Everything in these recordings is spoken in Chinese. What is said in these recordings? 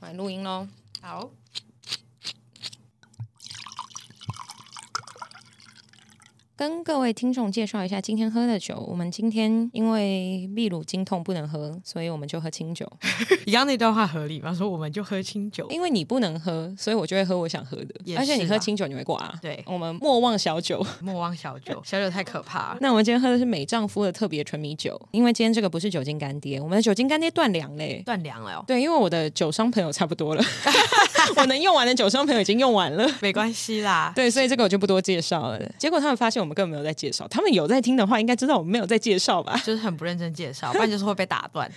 来录音喽。好，跟各位听众介绍一下今天喝的酒。我们今天因为秘鲁经痛不能喝，所以我们就喝清酒。一样那段话合理吗？说我们就喝清酒，因为你不能喝，所以我就会喝我想喝的。也而且你是喝啊清酒你会挂、啊。对我们莫忘小酒。 莫忘小酒，小酒太可怕了。那我们今天喝的是美丈夫的特别纯米酒，因为今天这个不是酒精干爹，我们的酒精干爹断粮嘞。断粮了哦，对，因为我的酒商朋友差不 多了，我能用完的酒商朋友已经用完了。没关系啦。对，所以这个我就不多介绍了。结果他们发现我们根本没有在介绍，他们有在听的话，应该知道我们没有在介绍吧？就是很不认真介绍，不然就是会被 打断。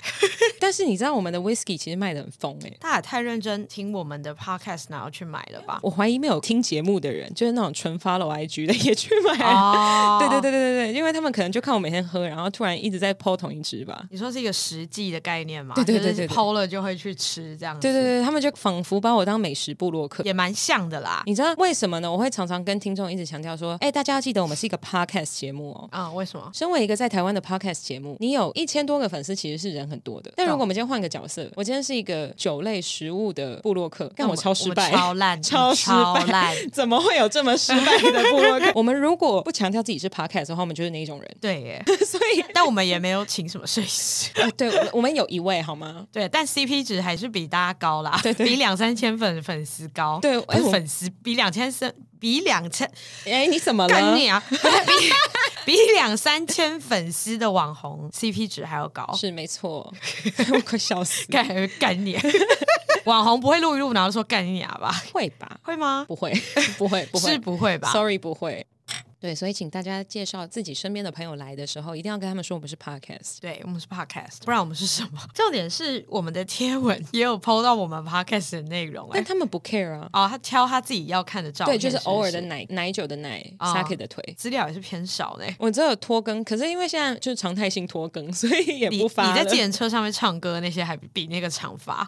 但是你知道我们的 whisky 其实卖的很疯哎、大家也太认真听我们的 podcast，然后去买了吧？我怀疑没有听节目的人，就是那种纯 follow IG 的也去买。 哦对对，对对对，因为他们可能就看我每天喝，然后突然一直在抛同一支吧。你说是一个实际的概念嘛？对对对就对是对抛了就会去吃这样子，对对对，他们就仿佛把我当美食部落客。也蛮像的啦。你知道为什么呢？我会常常跟听众一直强调说，哎、大家要记得我们是一个 podcast 节目哦。嗯，为什么？身为一个在台湾的 podcast 节目，你有一千多个粉丝，其实是人很多的。但如果我们今天换个角色，我今天是一个酒类食物的部落客，那干我超失败我，们超烂，超失败超烂。怎么会有这么失败的部落 客？我们如果不强调自己是 podcast 的话，我们就是那一种 人。对耶，所以，但我们也没有请什么摄影师。呃对我我们有一位好吗？对，但 CP 值还是比大家高啦，对对比两三千粉粉丝高，对不是哎我粉丝比两千三，比两千哎，你怎么干了？你啊， 比比两三千粉丝的网红 CP 值还要高，哦是没错， 我快笑死了。干干你啊， 网红不会录一录，然后说干你啊吧？会吧？会吗？不会， 不会，不会，是不会吧 s o r r y 不会。对，所以请大家介绍自己身边的朋友来的时候，一定要跟他们说我们是 podcast。对我们是 podcast，不然我们是什么？ 重点是我们的贴文也有 PO 到我们 podcast 的内容、但哎，他们不 care 啊。哦，他挑他自己要看的照对，片，就是不偶尔的是奶奶酒的奶哦，sake 的腿。资料也是偏少的、哎我只有拖更，可是因为现在就是常态性拖更，所以也你不发你在了计程车上面唱歌那些还比那个长发，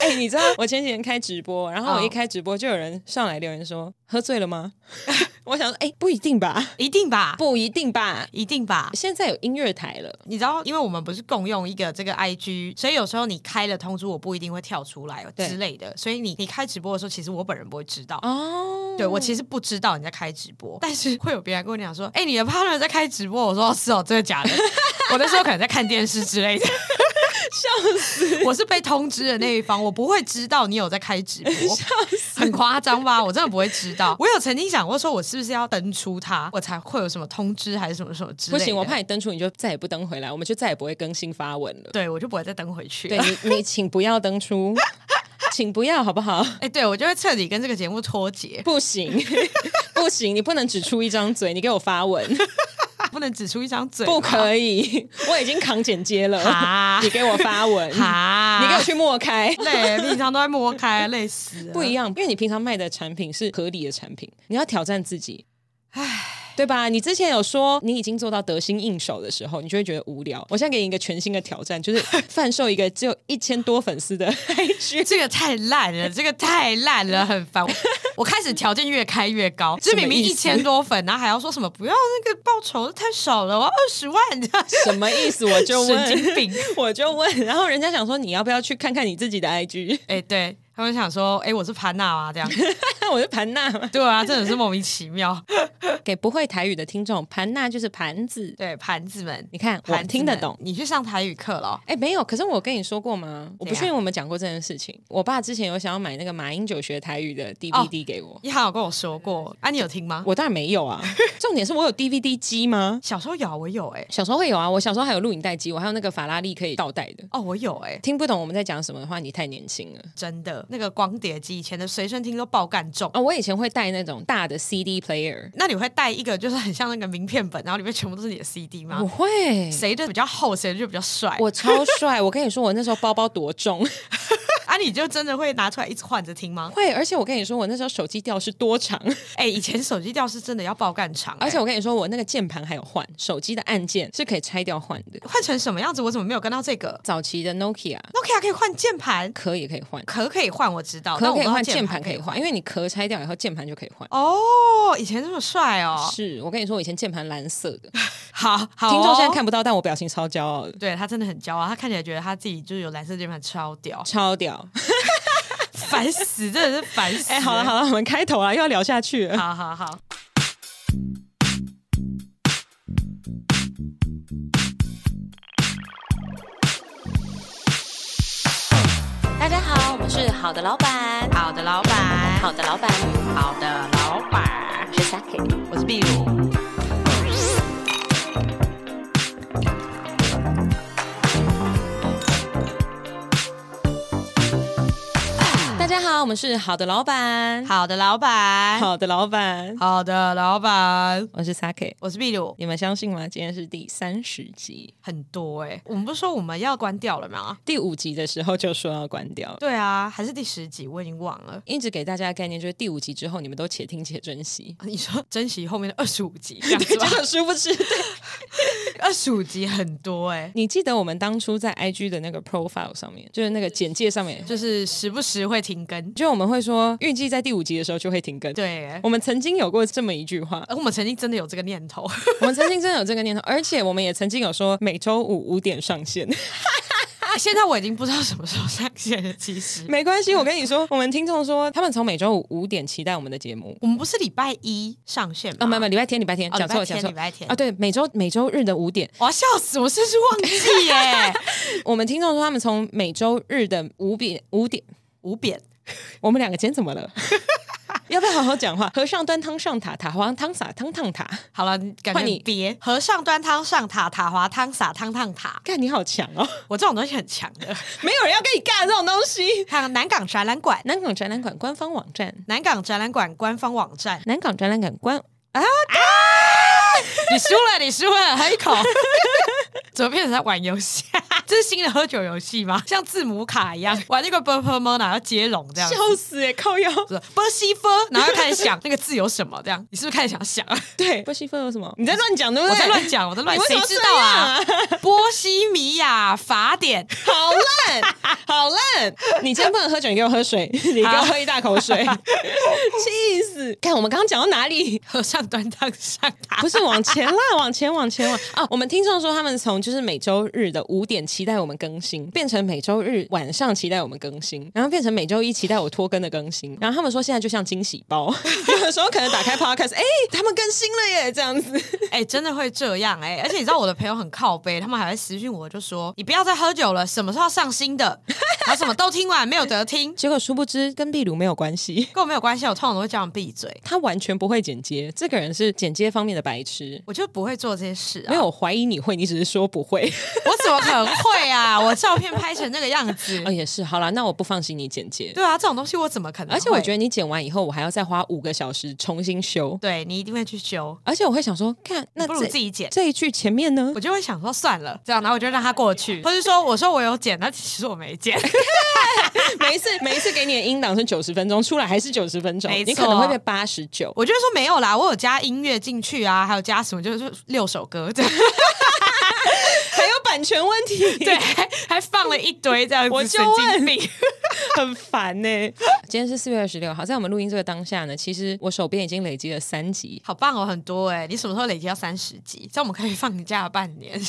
哎、 你知道我前几天开直播，然后我哦一开直播就有人上来留言说：“喝醉了吗？” 我想说，哎、不一定吧，一定吧？不一定吧。一定吧？现在有音乐台了，你知道，因为我们不是共用一个这个 IG，所以有时候你开了通知，我不一定会跳出来哦对之类的。所以你你开直播的时候，其实我本人不会知道。哦，对，我其实不知道你在开直播，但是会有别人跟我讲说：“哎、你的 partner 在开直播。”我说：“哦是哦，真的假的？” 我那时候可能在看电视之类 的，笑死！我是被通知的那一方，我不会知道你有在开 直播，很夸张吧？我真的不会知道。我有曾经想过说，我是不是要登出它，我才会有什么通知还是什么什么之类不的？行，我怕你登出你就再也不登回来，我们就再也不会更新发文了。对我就不会再登回 去。对你，你请不要登出，请不要好不好？ 哎、对我就会彻底跟这个节目脱节， 不行， 不行，你不能只出一张嘴，你给我发文，不能只出一张嘴吧，不可以。 我已经扛剪接了， 哈你给我发文，你哈，给我去默开。累，平常都在摸开，累死了。不一样，因为你平常卖的产品是合理的产品，你要挑战自己，唉，对吧？你之前有说你已经做到得心应手的时候，你就会觉得无聊。我现在给你一个全新的挑战， 就是贩售一个只有一千多粉 丝的 IG。 这个太烂 了，这个太烂了，很烦。我我开始条件越开越高，这明明什么意一思千多粉，然后还要说什么不要那个报酬太少了，我要二十万， 什么意思？我就神问，经病。 我就问，然后人家想说你要不要去看看你自己的 IG？哎、对他们想说，哎、我是潘娜啊，这样。 我就盘娜嘛，对啊，真的是莫名其妙。给不会台语的听众，盘娜就是盘子。对，盘子们，你看我盘子听得们懂，你去上台语课了哦。哎、没有，可是我跟你说过吗？我不确定我们讲过这件事情。我爸之前有想要买那个马英九学台语的 DVD 给我，你好像有跟我说过啊，你有听吗？我当然没有啊。 重点是我有 DVD 机吗？小时候有啊，我有哎、小时候会有啊，我小时候还有录影带机，我还有那个法拉利可以倒带的。哦，我有哎、听不懂我们在讲什么的话，你太年轻了真的，那个光碟机以前的随身听都爆干重。啊、我以前会带那种大的 CD player，那你会带一个就是很像那个名片本，然后里面全部都是你的 CD 吗我？会。谁的比较厚，谁的就比较帅？嗯我超帅！我跟你说，我那时候包包多重，啊，你就真的会拿出来一直换着听吗？ 会，而且我跟你说，我那时候手机吊是多长，哎、以前手机吊是真的要爆干长、而且哎我跟你说，我那个键盘还有换，手机的按键是可以拆掉换的。换成什么样子，我怎么没有跟到这个早期的 Nokia ？Nokia 可以换键盘，壳也可以换，壳可以换，我知道，壳可以换，键键盘可以换，因为为你壳拆掉以后，键盘就可以换。哦，以前这么帅哦，是我跟你说，我以前键盘蓝色的，好好、哦，听众现在看不到，但我表情超骄傲的，对他真的很骄傲，他看起来觉得他自己就是有蓝色键盘超屌。 超屌。烦死，真的是烦 死。哎、好了好了，我们开头啊，又要聊下去了。 好好好，大家好，我们是好的老板，好的老板，好的老板，好的老板我，是 Saki。我是壁如。大家好，我们是好的老板，好的老板，好的老板，好的老板，我是 Saki。我是壁如。你们相信吗？今天是第三十集，很多哎、我们不是说我们要关掉了吗？第五集的时候就说要关掉了。对啊，还是第十集，我已经忘了。一直给大家的概念就是第五集之后，你们都且听且珍 惜。你说珍惜后面的二十五集这 样子这 吧，样殊不知，二十五集很多哎、你记得我们当初在 IG 的那个 profile 上面，就是那个简介上面，就是时不时会停更。就我们会说预计在第五集的时候就会停更。，对、欸，我们曾经有过这么一句 话，而我们曾经真的有这个念头， 我们曾经真的有这个念头，而且我们也曾经有说每周五五点上线。 现在我已经不知道什么时候上线了。其实没关系，我跟你说，我们听众说他们从每周五五点期待我们的节目。我们不是礼拜一上线吗？啊，没有没有，礼拜天，礼拜天，哦讲错了，礼拜讲天错了，礼拜天啊，对，每周每周日的五点，我要笑死，我是不是忘记耶、 我们听众说他们从每周日的五点五点，五扁，我们两个今天怎么 了？要不要好好讲话？和尚端汤上塔，塔黄汤洒汤烫塔。好了，感觉换你别和尚端汤上塔，塔滑汤洒汤烫塔。干，你好强哦！我这种东西很强的。没有人要跟你干这种东西。还有南港展览馆，南港展览馆官方网站，。南港展览馆官方网站南港展览馆官你输了，你输了，喝一口。 怎么变成在玩游戏？这是新的喝酒游戏吗？像字母卡一样，玩那个 b u r p e r m o n a 要接龙这样子。笑死哎、靠腰。不是波西佛，然后开始想那个字有什么，这样你是不是开始想想？对，波西芬有什么？你在乱讲对不我对？在乱讲，我在乱你，为什谁么知道啊？波西米亚法典， 好烂，啊好烂！你今天不能喝酒，你给我喝 水，你给我喝一大口水，气死！看我们刚刚讲到哪里？和尚端汤上塔不。是往前 啦，往前，往前往啊！我们听众说他们从就是每周日的五点期待我们更新，变成每周日晚上期待我们更新，然后变成每周一期待我拖更的更新。然后他们说现在就像惊喜 包，有的时候可能打开 podcast，哎、他们更新了耶，这样子。哎、真的会这样哎、而且你知道我的朋友很靠背，他们还会私讯我，就说你不要再喝酒了，什么时候上新的，然后什么都听完没有得听，结果殊不知跟壁炉没有关系。 跟我没有关系，我通常都会叫人闭嘴，他完全不会剪接，这个人是剪接方面的白痴。我就不会做这些事啊，没有，我怀疑你会，你只是说不会。我怎么可能会啊？ 我照片拍成那个样子 哦，，也是，好啦，那我不放心你剪接。对啊，这种东西我怎么可能会？而且我觉得你剪完以后，我还要再花五个小时重新修，对你一定会去修，而且我会想说，看那不如这自己剪。这一句前面呢我，就会想说算了，这样，然后我就让他过 去，或是说我说我有剪，但其实我没剪， 每一次每一次给你的音档是九十分钟，出来还是九十分钟没，你错可能会被八十九。我就会说没有啦，我有加音乐进去啊，还有加什么，就是六首歌这样，还有版权问 题，对，，还还放了一堆这样子，我就神经问病 很烦呢、 今天是四月二十六号，在我们录音这个当下呢，其实我手边已经累积了三集。好棒哦，很多哎、你什么时候累积到三十集？这样我们可以放假半年，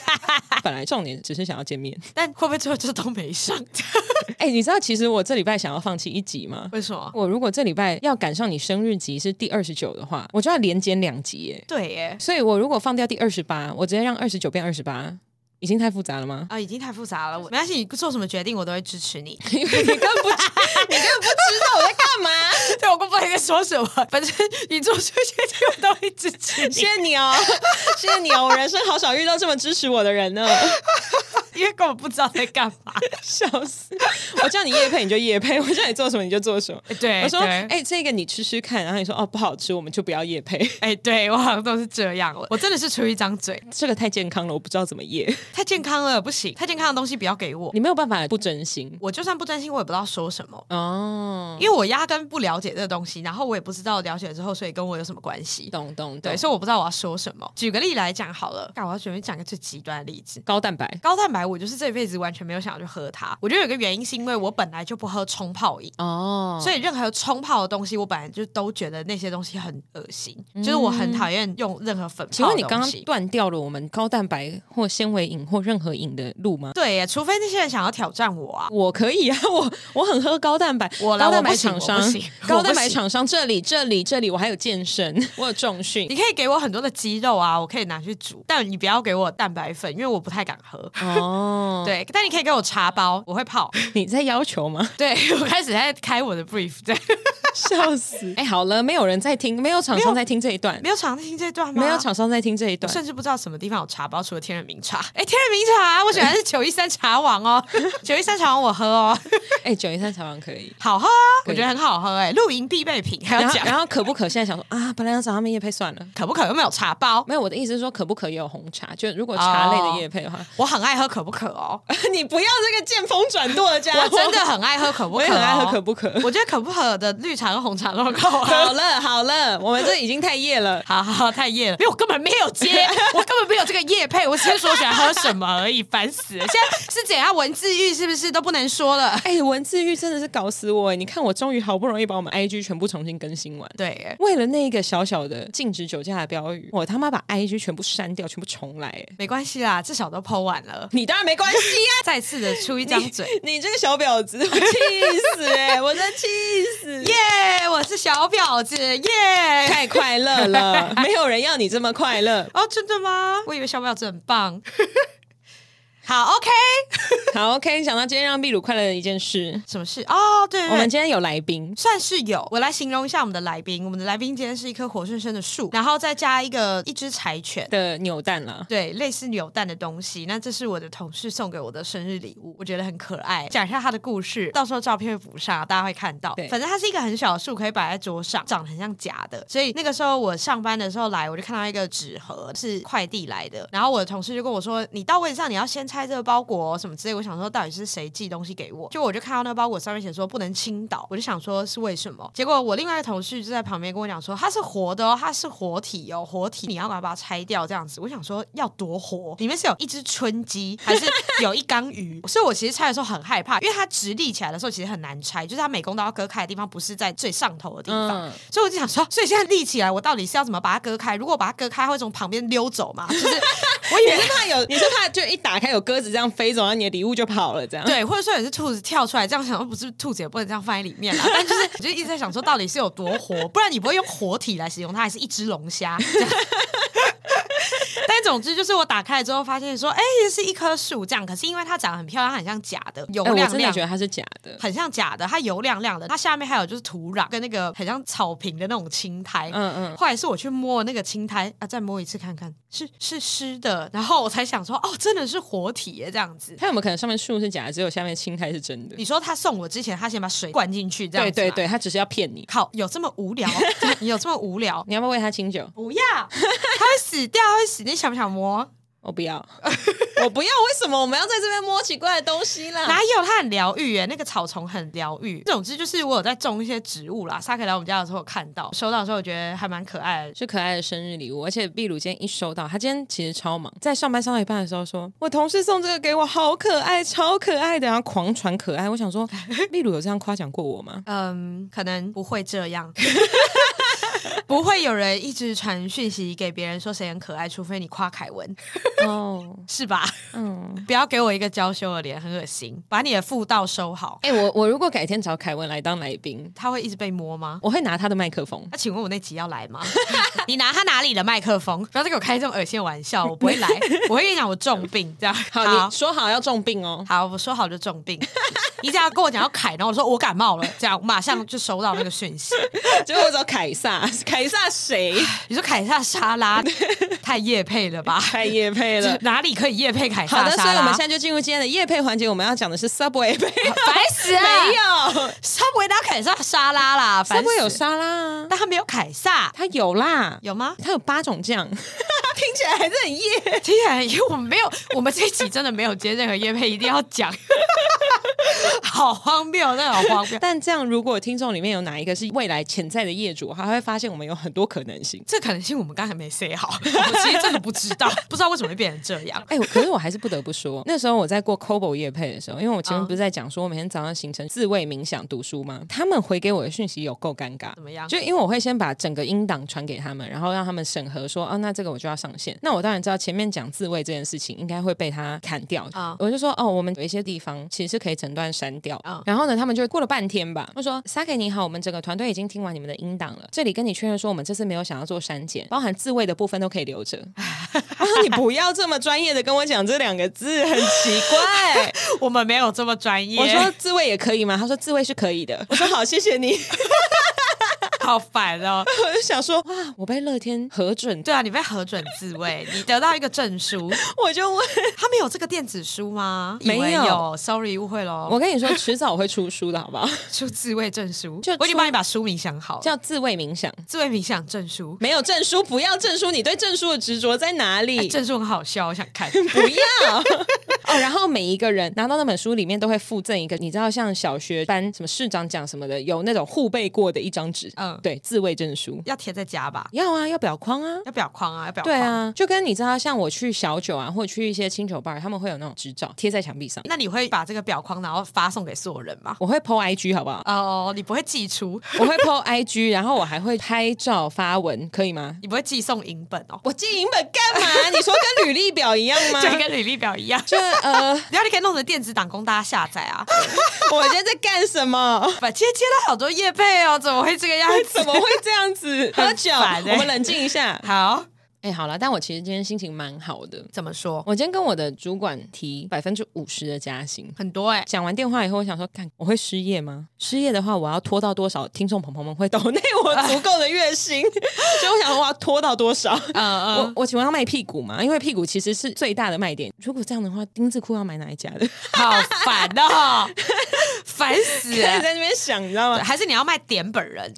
本来重点只是想要见面，但会不会最后就都没上？ 哎、你知道其实我这礼拜想要放弃一集吗？为什么？我如果这礼拜要赶上你生日集是第二十九的话，我就要连剪两集耶。对耶、所以我如果放掉第二十八，我直接让二十九变二十八，已经太复杂了吗？ 啊，已经太复杂 了，我没关系，你做什么决定我都会支持你。 因为你根本不， 你根本不知道我在干嘛。对，我根本不知道你在说什么，反正你做出决定我都会支持谢你，谢 你哦， 谢谢你哦，我人生好少遇到这么支持我的人呢，因为根本不知道在干嘛。笑死！我叫你夜配你就夜配，我叫你做什么你就做什么。对，我说，对哎、这个你吃吃看，然后你说，哦，不好吃，我们就不要夜配， 哎、对我好像都是这样，我我真的是出一张嘴，这个太健康了，我不知道怎么夜，太健康了，不行，太健康的东西不要给我。你没有办法不真心我就算不真心，我也不知道说什么，哦。因为我压根不了解这个东西，然后我也不知道了解之后，所以跟我有什么关系？懂懂对，懂，所以我不知道我要说什么。举个例来讲好了，干我要准备讲个最极端的例子。高蛋白高蛋白来我就是这辈子完全没有想要去喝它。我觉得有一个原因是因为我本来就不喝冲泡饮。哦，所以以任何冲泡的东西，我本来就都觉得那些东西很恶心，就是我很讨厌用任何粉请泡问的你刚东刚西。断掉了我们高蛋白或纤维饮或任何饮的路吗？对耶，除非那些人想要挑战我啊！我可以啊， 我我很喝高蛋白，我啦高蛋我白不行厂商我不行， 高我不蛋白行厂商这里这里这里，我还有健身，我有重训你可以给我很多的鸡肉啊，我可以拿去煮，但你不要给我蛋白粉，因为我不太敢喝。 哦。对，但你可以给我茶包，我会泡。你在要求 吗？对 我开始在开我的 brief，对，笑死！哎、好了，没有人在听，没有厂商在听这一段，没有常听这段吗？没有。厂商在听这一段。甚至不知道什么地方有茶包，除了天人茗茶。哎、天人茗茶，我喜欢是九一三茶王哦，九一三茶王我喝哦，哎，九一三茶王可以。好喝啊，可以我觉得很好喝哎、露营必备品还要然后，讲。然后可不可现在想说啊，本来要找他们叶配算了。可不可又没有茶包？没有，我的意思是说，可不可也有红茶？就如果茶类哦的叶配的话，我很爱喝可不可哦， 你不要这个见风转舵的家我伙，真的很爱喝可不我可、也哦，很爱喝可不可。我觉得可不可的绿茶跟红茶 都很好好喝。了好了，我们这已经太夜了。好好好，太夜了，因为我根本没 有接，我根本没有这个夜配，我只是说我喜欢喝什么而已，烦死了！现在是怎样文字狱是不是都不能说了？ 哎、文字狱真的是搞死我！欸你看，我终于好不容易把我们 IG 全部重新更新完，对，哎为了那个小小的禁止酒驾的标语，我他妈把 IG 全部删掉，全部重来。哎没关系啦，至少都剖完了。你当然没关 系啊， 再次的出一张嘴，你这个小婊子，我气死哎、我真气死。欸耶我是小婊子，耶、 太快乐了， 没有人要你这么快乐。哦，真的吗？我以为小婊子很棒。 好，OK，好，OK，想到今天让秘鲁快乐的一件事，什么事？哦，对对我对们今天有来宾，算是有，我来形容一下我们的来宾。我们的来宾今天是一棵活生生的树，然后再加一个一只柴犬，的扭蛋了。对，类似扭蛋的东西。那这是我的同事送给我的生日礼物，我觉得很可爱。讲一下它的故事，到时候照片会补上，大家会看到对。反正它是一个很小的树，可以摆在桌上，长得很像假的。所以那个时候我上班的时候来，我就看到一个纸盒是快递来的，然后我的同事就跟我说：“你到位置上你要先拆这个包裹、哦、什么之类。”我想说到底是谁寄东西给我？就我就看到那个包裹上面写说不能倾倒，我就想说是为什么？结果我另外一个同事就在旁边跟我讲说：“它是活的哦，它是活体哦，活体你要赶快把它拆掉。”这样子，我想说要多活，里面是有一只春鸡还是有一缸鱼？ 所以我其实拆的时候很害怕，因为它直立起来的时候其实很难拆，就是它每公刀要割开的地方不是在最上头的地方，嗯所以我就想说，所以现在立起来，我到底是要怎么把它割开？如果我把它割开，会从旁边溜走 嘛？就是我以你 为是怕有，你是怕就一打开有鸽子这样飞走，然后你的礼物就跑了这样？，对，或者说也是兔子跳出来，这样想，不是兔子也不能这样放在里面啦。但就是我就一直在想说，到底是有多活，不然你不会用活体来形容它，还是一只龙虾。这样 但总之就是我打开了之后，发现说，哎、是一棵树这样。可是因为它长得很漂亮，它很像假的，油哎、我亮真的亮。觉得它是假的。很像假的，它油亮亮的，它下面还有就是土壤跟那个很像草坪的那种青苔，嗯嗯， 后来是我去摸那个青苔啊，再摸一次看看，是是湿的，然后我才想说，哦，真的是活体耶，这样子。它有没有可能上面树是假的，只有下面青苔是真的你？说他送我之前，他先把水灌进去，这样对子嗯对吗，对，它只是要骗你。靠，有这么 无聊？你有这么无聊？你要不要喂它清酒？不要，他会死掉，它会死，你想不想摸？我不要， 我不要。为什么我们要在这边摸奇怪的东西啦？哪有？它很疗愈耶，那个草丛很疗愈。总之就是我有在种一些植物啦。萨克来我们家的时候有看到，收到的时候我觉得还蛮可爱的。是可爱的生日礼物，而且秘鲁今天一收到，他今天其实超忙，在上班上到一半的时候说：“我同事送这个给我，好可爱，超可爱的。”然后狂传可爱，我想说，秘鲁有这样夸奖过我吗？ 嗯，可能不会 这样。不会有人一直传讯息给别人说谁很可爱，除非你夸凯文，哦，是吧？嗯，不要给我一个娇羞的脸，很恶心。把你的腹道收好。哎、我我如果改天找凯文来当来宾，他会一直被摸吗？我会拿他的麦克风。那、请问我那集 要来吗？你拿他哪里的麦克风？不要再给我开这种恶心的玩笑，我不 会来。我会跟你讲我重病这样。好，好你说好要重病哦。好我说好就重 病。你只要跟我讲要凯，然后我说我感冒了，这样马上就收到那个 讯息。结果我找凯撒，凯撒谁？你说凯撒沙拉太夜配了吧？太夜配了。哪里可以夜配凯好撒的，所沙拉？以我们现在就进入今天的夜配环节，我们要讲的是 Subway 配。烦死了！没有他不会拿凯撒沙拉啦，烦死，Subway 有沙拉啊，但他没有凯撒，它有啦，有吗？它有八种 酱，听起来还是 很夜。听起来，因为我们没有，我们这一集真的没有接任何叶配，一定要讲。 好荒谬，那好荒谬。但这样，如果听众里面有哪一个是未来潜在的业主，他会发现我们有很多可能性。这可能性我们刚才没 say 好，我们其实真的不知道，不知道为什么会变成这样。哎、我可是我还是不得不说， 嗯那时候我在过 Kobo 夜配的时候，因为我前面不是在讲说我每天早上行程自慰、冥想、读书吗？他们回给我的讯息有够尴尬怎。么样？就因为我会先把整个音档传给他们，然后让他们审核说，啊，那这个我就要上线。那我当然知道前面讲自慰这件事情应该会被他砍掉，啊我就说，哦，我们有一些地方其实是可以整段删掉。啊然后呢，他们就过了半天吧，我说，Saki 你好，我们整个团队已经听完你们的音档了，这里跟你确认说，我们这次没有想要做删减，包含自慰的部分都可以留 着。我说你不要这么专业的跟我讲这两个字， 很奇怪。 我们没有这么专业，我说自慰也可以吗？他说自慰是可以 的。我说好，谢谢你。好烦哦。我就想说，哇，我被乐天核准，对啊，你被核准自慰，你得到一个 证书。我就问，他们有这个电子书吗？以为没有有 s o r r y 误会喽我。跟你说，迟早我会出书的好不 好？出自慰证书，就我已经出帮你把书名想好了，叫自慰冥想，自慰冥想 证书。没有证书，不要证书，你对证书的执着在哪 里？证书很好笑，我想 看。不要哦！然后每一个人拿到那本书里面都会附赠一个，你知道像小学班什么市长奖什么的，有那种互背过的一张纸，嗯对，自慰证书要贴在家吧？要啊，要裱框啊，要表框啊？要表框。对。啊，就跟你知道，像我去小酒啊，或者去一些清酒吧，他们会有那种执照贴在墙壁上，那你会把这个表框然后发送给所有人吗？我会 PO IG 好不好？哦，你不会寄出， 我会 PO IG，然后我还会拍照发文，可以吗？你不会寄送影本哦，我记影本干嘛？你说跟履历表一样吗？就跟履历表一样。这呃，然后你可以弄成电子档供大家下载啊！ 我现在在干什么？把接接到好多业配哦，怎么会这个样子？ 怎么会这样子？喝酒，很烦欸我们冷静一下。好？哎、好了，但我其实今天心情蛮好的。怎么说？我今天跟我的主管提百分之五十的加薪。很多哎、 讲完电话以后，我想说，看我会失业吗？失业的话，我要拖到多少听众朋友们会抖内我足够的月 薪？所以我想说，我要拖到多少？嗯我我请问要卖屁股吗？因为屁股其实是最大的卖点。如果这样的话，丁字裤要买哪一家的？好烦 哦，烦死开始了！ 在那边想，你知道吗？还是你要卖点本人？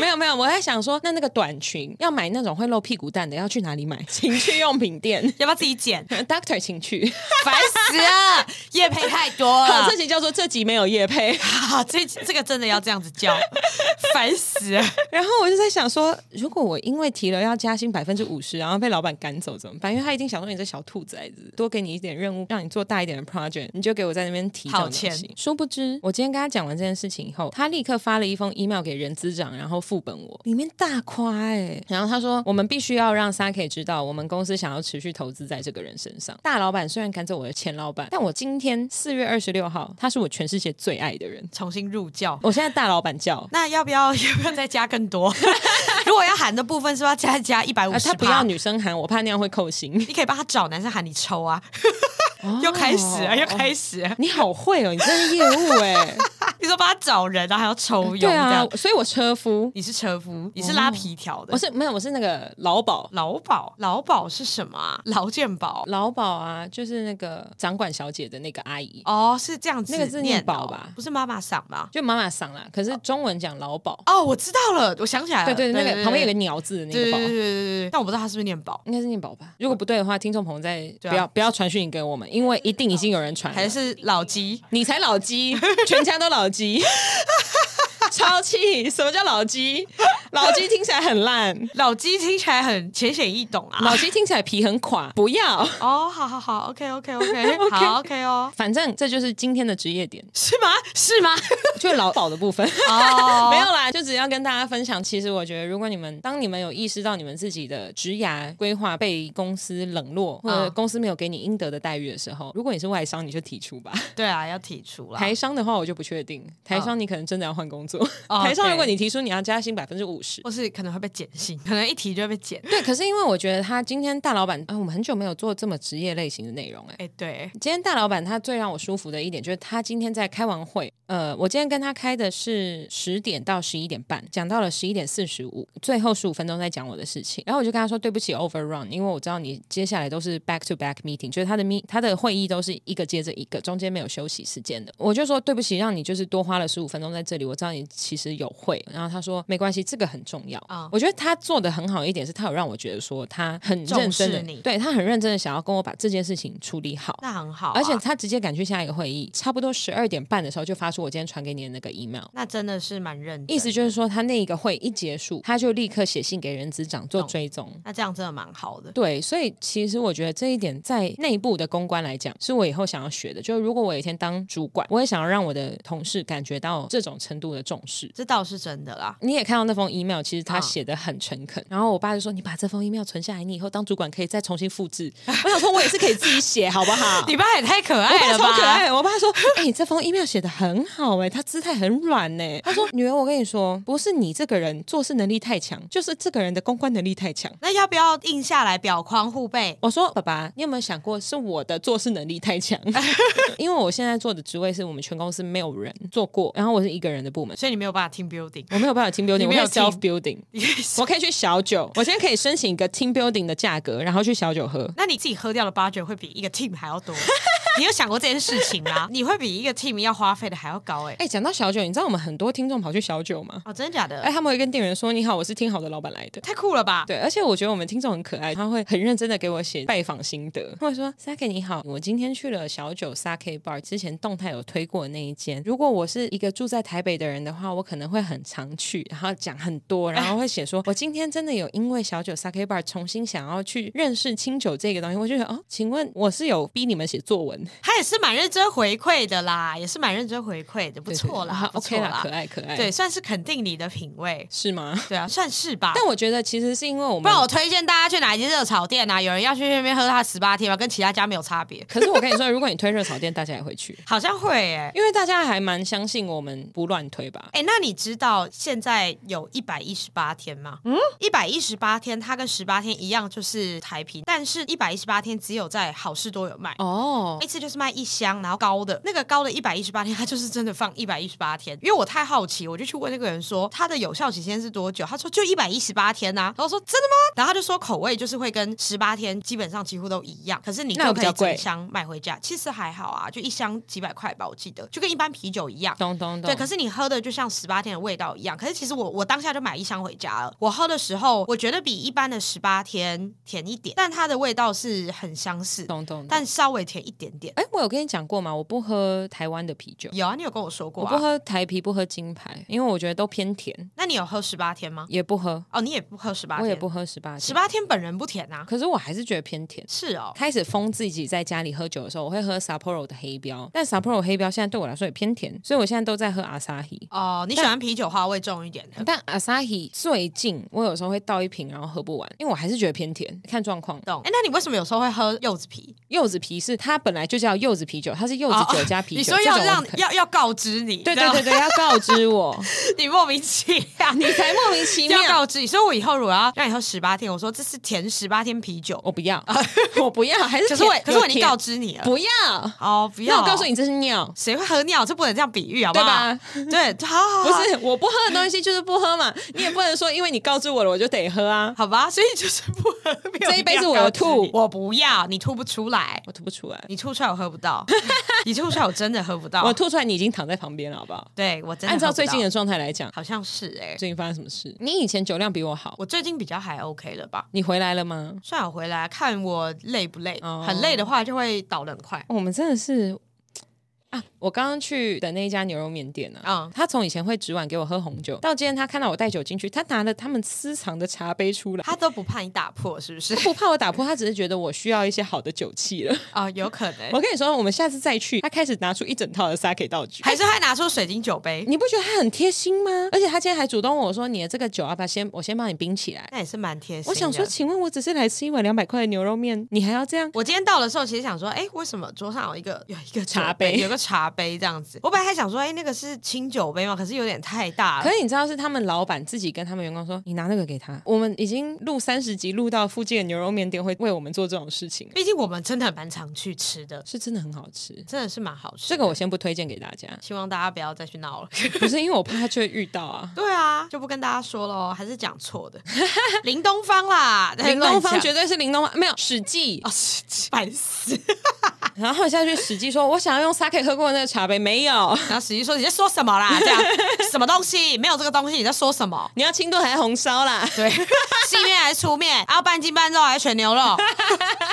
没有没有，我在想说，那那个短裙要买那种会露屁股蛋的，要去哪里买？情趣用品 店 要不要自己剪？ ，Doctor 情趣。烦死了！业配太多好，了 这，集叫做这集没有夜配。好，这这个真的要这样子叫，烦死了！ 然后我就在想说，如果我因为提了要加薪百分之五十，然后被老板赶走怎么办？因为他一定想说你这小兔崽子，哎多给你一点任务，让你做大一点的 project，你就给我在那边提这种东西好钱殊不知，我今天跟他讲完这件事情以后，他立刻发了一封 email 给人资长，然后副本我，里面大夸哎、然后他说，我们必须要让 Saki 知道，我们公司想要持续投资在这个人身上。大老板虽然赶走我的前老板，但我今天四月二十六号，他是我全世界最爱的人。重新入教。我现在大老板叫。那要不要要不要再加更多？ 如果要喊的部分是不是要加加一百五啊，十，他不要女生喊，我怕那样会扣薪。你可以帮他找男生喊你抽啊！哦 又开始了，又开始了。 你好会哦，你真是业务哎、 你说帮他找人啊，还要抽佣这对啊样？，所以我车夫，你是车夫，你是拉皮条哦的，我是没有，我是那个劳保，劳保。劳保是什么啊？劳健保劳保啊，就是那个掌管小姐的那个阿姨，哦，是这样子那念哦，个字念保吧不是妈妈嗓吧？就妈妈桑啦。可是中文讲劳保，哦，我知道了，我想起来了，对啊对对，那个旁边有个鸟字的那对个对保对。对对对，但我不知道他是不是念保，应该是念保吧，如果不对的话，听众朋友再不对啊要、不要传讯给我们，因为一定已经有人传了，还是老鸡？你才老 鸡，全家都老 鸡，超气！什么叫老鸡？老鸡听起来很烂，老鸡听起来很浅显易懂啊。老鸡听起来皮很垮，不要。 哦，好好好，OK OK OK，好 OK 哦，反正这就是今天的职业 点，是吗？是吗？就是劳保的部 分。哦， 没有啦，就只要跟大家分享。其实我觉得，如果你们当你们有意识到你们自己的职涯规划被公司冷落，或者嗯公司没有给你应得的待遇的时候，如果你是外商，你就提出吧。对啊，要提出啦。台商的话，我就不确定。台商你可能真的要换工作。 哦台商如果对你提出你要加薪百分之五十，或是可能会被减薪，可能一提就会被减。哦对，可是因为我觉得他今天大老板，啊，我们很久没有做这么职业类型的内容哎、 哎、对，今天大老板他最让我舒服的一点就是他今天在开完会，呃，我今天跟他开的是十点到十一点半，讲到了十一点四十五，最后十五分钟在讲我的事情。然后我就跟他说对不起，overrun，因为我知道你接下来都是 back to back meeting，就是他的 meet 他的会议都是一个接着一个，中间没有休息时间的。我就说对不起，让你就是多花了十五分钟在这里，我知道你其实有会。然后他说没关系，这个很重要。啊我觉得他做的很好一点是，他有让我觉得说他很认真重视你的，对他很认真的想要跟我把这件事情处理好。那很好啊、而且他直接赶去下一个会议，差不多十二点半的时候就发出我今天传给你的那个 email。那真的是蛮认真，意思就是说，他那一个会一结束，他就立刻写信给人资长做追踪。那这样真的蛮好的。对，所以其实我觉得这一点在内部的公关来讲，是我以后想要学的。就是如果我有一天当主管，我也想要让我的同事感觉到这种程度的重视。这倒是真的啦，你也看到那封 email，其实他嗯写的很诚恳。然后我爸就说：“你把这封 email 存下来，你以后当主管可以再重新复制。”我想说，我也是可以自己写，好不好？你爸也太可我爱爸了吧！超可爱，我爸说：“哎、你这封 email 写的很好哎、他姿态很软呢、他说：“女儿，我跟你说，不是你这个人做事能力太强，就是这个人的公关能力太强。那要不要印下来表框护”背？我说：“爸爸，你有没有想过是我的做事能力太强？ 因为我现在做的职位是我们全公司没有人做过，然后我是一个人的部门，所以你没有办法 team building，我没有办法 team building，你我没有可以 self team building，我可以去小酒，我现在可以申请一个 team building 的价格，然后去小酒喝。那你自己喝掉的 budget 会比一个 team 还要 多。你有想过这件事情吗？你会比一个 team 要花费的还要高哎、哎、讲到小酒，你知道我们很多听众跑去小酒吗？哦，真的假的？哎、他们会跟店员说：‘你好，我是听好的老板来的。’太酷了吧！对，而且我觉得我们听众很可爱，他会很认真的给我写拜访心得，他会说：“Sake 你好，我今天去了小酒 Sake Bar，之前动态有推过的那一间。如果我是一个住在台北的人的话，我可能会很常去，然后讲很多，然后会写说，我今天真的有因为小酒 Sake Bar 重新想要去认识清酒这个东西，我就觉得哦，请问我是有逼你们写作文，他也是蛮认真回馈的啦，也是蛮认真回馈的，不对 错对啦啊不错，OK 啦，啦可，爱可爱，对，，算是肯定你的品味，是吗？ 对啊，算是吧。但我觉得其实是因为我们不然我推荐大家去哪一间热炒店啊？有人要去那边喝他十八天吗？跟其他家没有差别，可是我跟你说，如果你推热炒店，大家也会去。好像会诶、因为大家还蛮相信我们不乱推吧。哎、那你知道现在有一百一十八天吗？嗯，一百一十八天，它跟十八天一样，就是台啤，但是一百一十八天只有在好事多有卖。哦一，次就是卖一箱，然后高的那个高的一百一十八天，它就是真的放一百一十八天。因为我太好奇，我就去问那个人说它的有效期限是多久，他说就一百一十八天呐、啊然后我说真的吗？然后他就说口味就是会跟十八天基本上几乎都一样，可是你那有就比可较以贵整箱买回家，其实还好啊，就一箱几百块吧，我记得就跟一般啤酒一样。懂懂懂。对，可是你喝的就像十八天的味道一样。可是其实我我当下就买一箱回家了。我喝的时候，我觉得比一般的十八天甜一点，但它的味道是很相似，懂懂。但但稍微甜一点点。哎，我有跟你讲过吗？我不喝台湾的啤酒，有啊，你有跟我说过我不啊。喝台啤，不喝金牌，因为我觉得都偏甜，那你有喝十八天吗？也不喝，哦，你也不喝十八天，我也不喝十八十天。八天本人不甜啊。可是我还是觉得偏甜。是哦，开始封自己在家里喝酒的时候，我会喝 Sapporo 的黑标，但 Sapporo 黑标现在对我来说也偏甜，所以我现在都在喝 Asahi。哦，你喜欢啤酒花味重一点的。但 Asahi 最近我有时候会倒一瓶，然后喝不完，因为我还是觉得偏甜，看状况。懂？哎，那你为什么有时候会喝柚子啤？柚子啤是它本来就叫柚子啤酒，它是柚子酒加啤酒。哦你说这要种我让可以要要告知你，对对对 对，要告知我，对，你莫名其妙，你才莫名其要妙。告知你。所以我以后如果要让你喝十八天，我说这是甜十八天啤酒，我不要， 我不要，还是哦可是我甜可是我已经有甜告知你了，不要，哦，不要，哦那我告诉，你这是尿，谁会喝尿？这不能这样比喻，好不对好？吧？对， 好好好，不是，我不喝的东西就是不喝嘛，你也不能说因为你告知我了我就得喝啊，好吧，所以就是不喝。没有这一杯定要是我的告知吐你我不要，你吐不出来，我吐不出来，你吐出来我喝不 到，你吐出来我真的喝不到。我吐出来你已经躺在旁边了，好不好？对哦我真的按照喝不最到近的状态来讲，好像是哎、最近发生什么事？你以前酒量比我好，我最近比较还 OK 了吧？你回来了吗？算我回来看我累不累，哦很累的话就会倒得很快。我们真的是啊！我刚刚去的那一家牛肉面店啊，嗯他从以前会只碗给我喝红酒，到今天他看到我带酒进去，他拿了他们私藏的茶杯出来。他都不怕你打破，是不 是？不怕我打破，他只是觉得我需要一些好的酒器了。啊、有可能，我跟你说，我们下次再去，他开始拿出一整套的 sake 道具，还是他拿出水晶酒杯，你不觉得他很贴心吗？而且他今天还主动问我说：“你的这个酒要不要先我先帮你冰起来那也是蛮贴心？”的。我想说，请问我只是来吃一碗两百块的牛肉面，你还要这样？我今天到的时候，其实想说，哎，为什么桌上有一个有一个酒茶杯有个茶杯这样子。我本来还想说，哎、那个是清酒杯嘛，可是有点太大可了。是你知道是他们老板自己跟他们员工说，你拿那个给他。我们已经录三十集，录到附近的牛肉面店会为我们做这种事情了，毕竟我们真的蛮常去吃的，是真的很好吃。真的是蛮好吃。这个我先不推荐给大家，希望大家不要再去闹了。 不是因为我怕他就会遇到啊。对啊，就不跟大家说了哦，还是讲错的。林东方啦， 林东方 绝得对是林东方，没有《史记》哦，是烦死。啊然后他们下去《史记》说，我想要用 sake 喝过的那个茶杯，没有。然后史蒂说：“你在说什么啦？这样 什么东西？没有这个东西，你在说什么？”你要清炖还是红烧啦？对， 细面还是粗面？然后半斤半肉还是全 牛肉？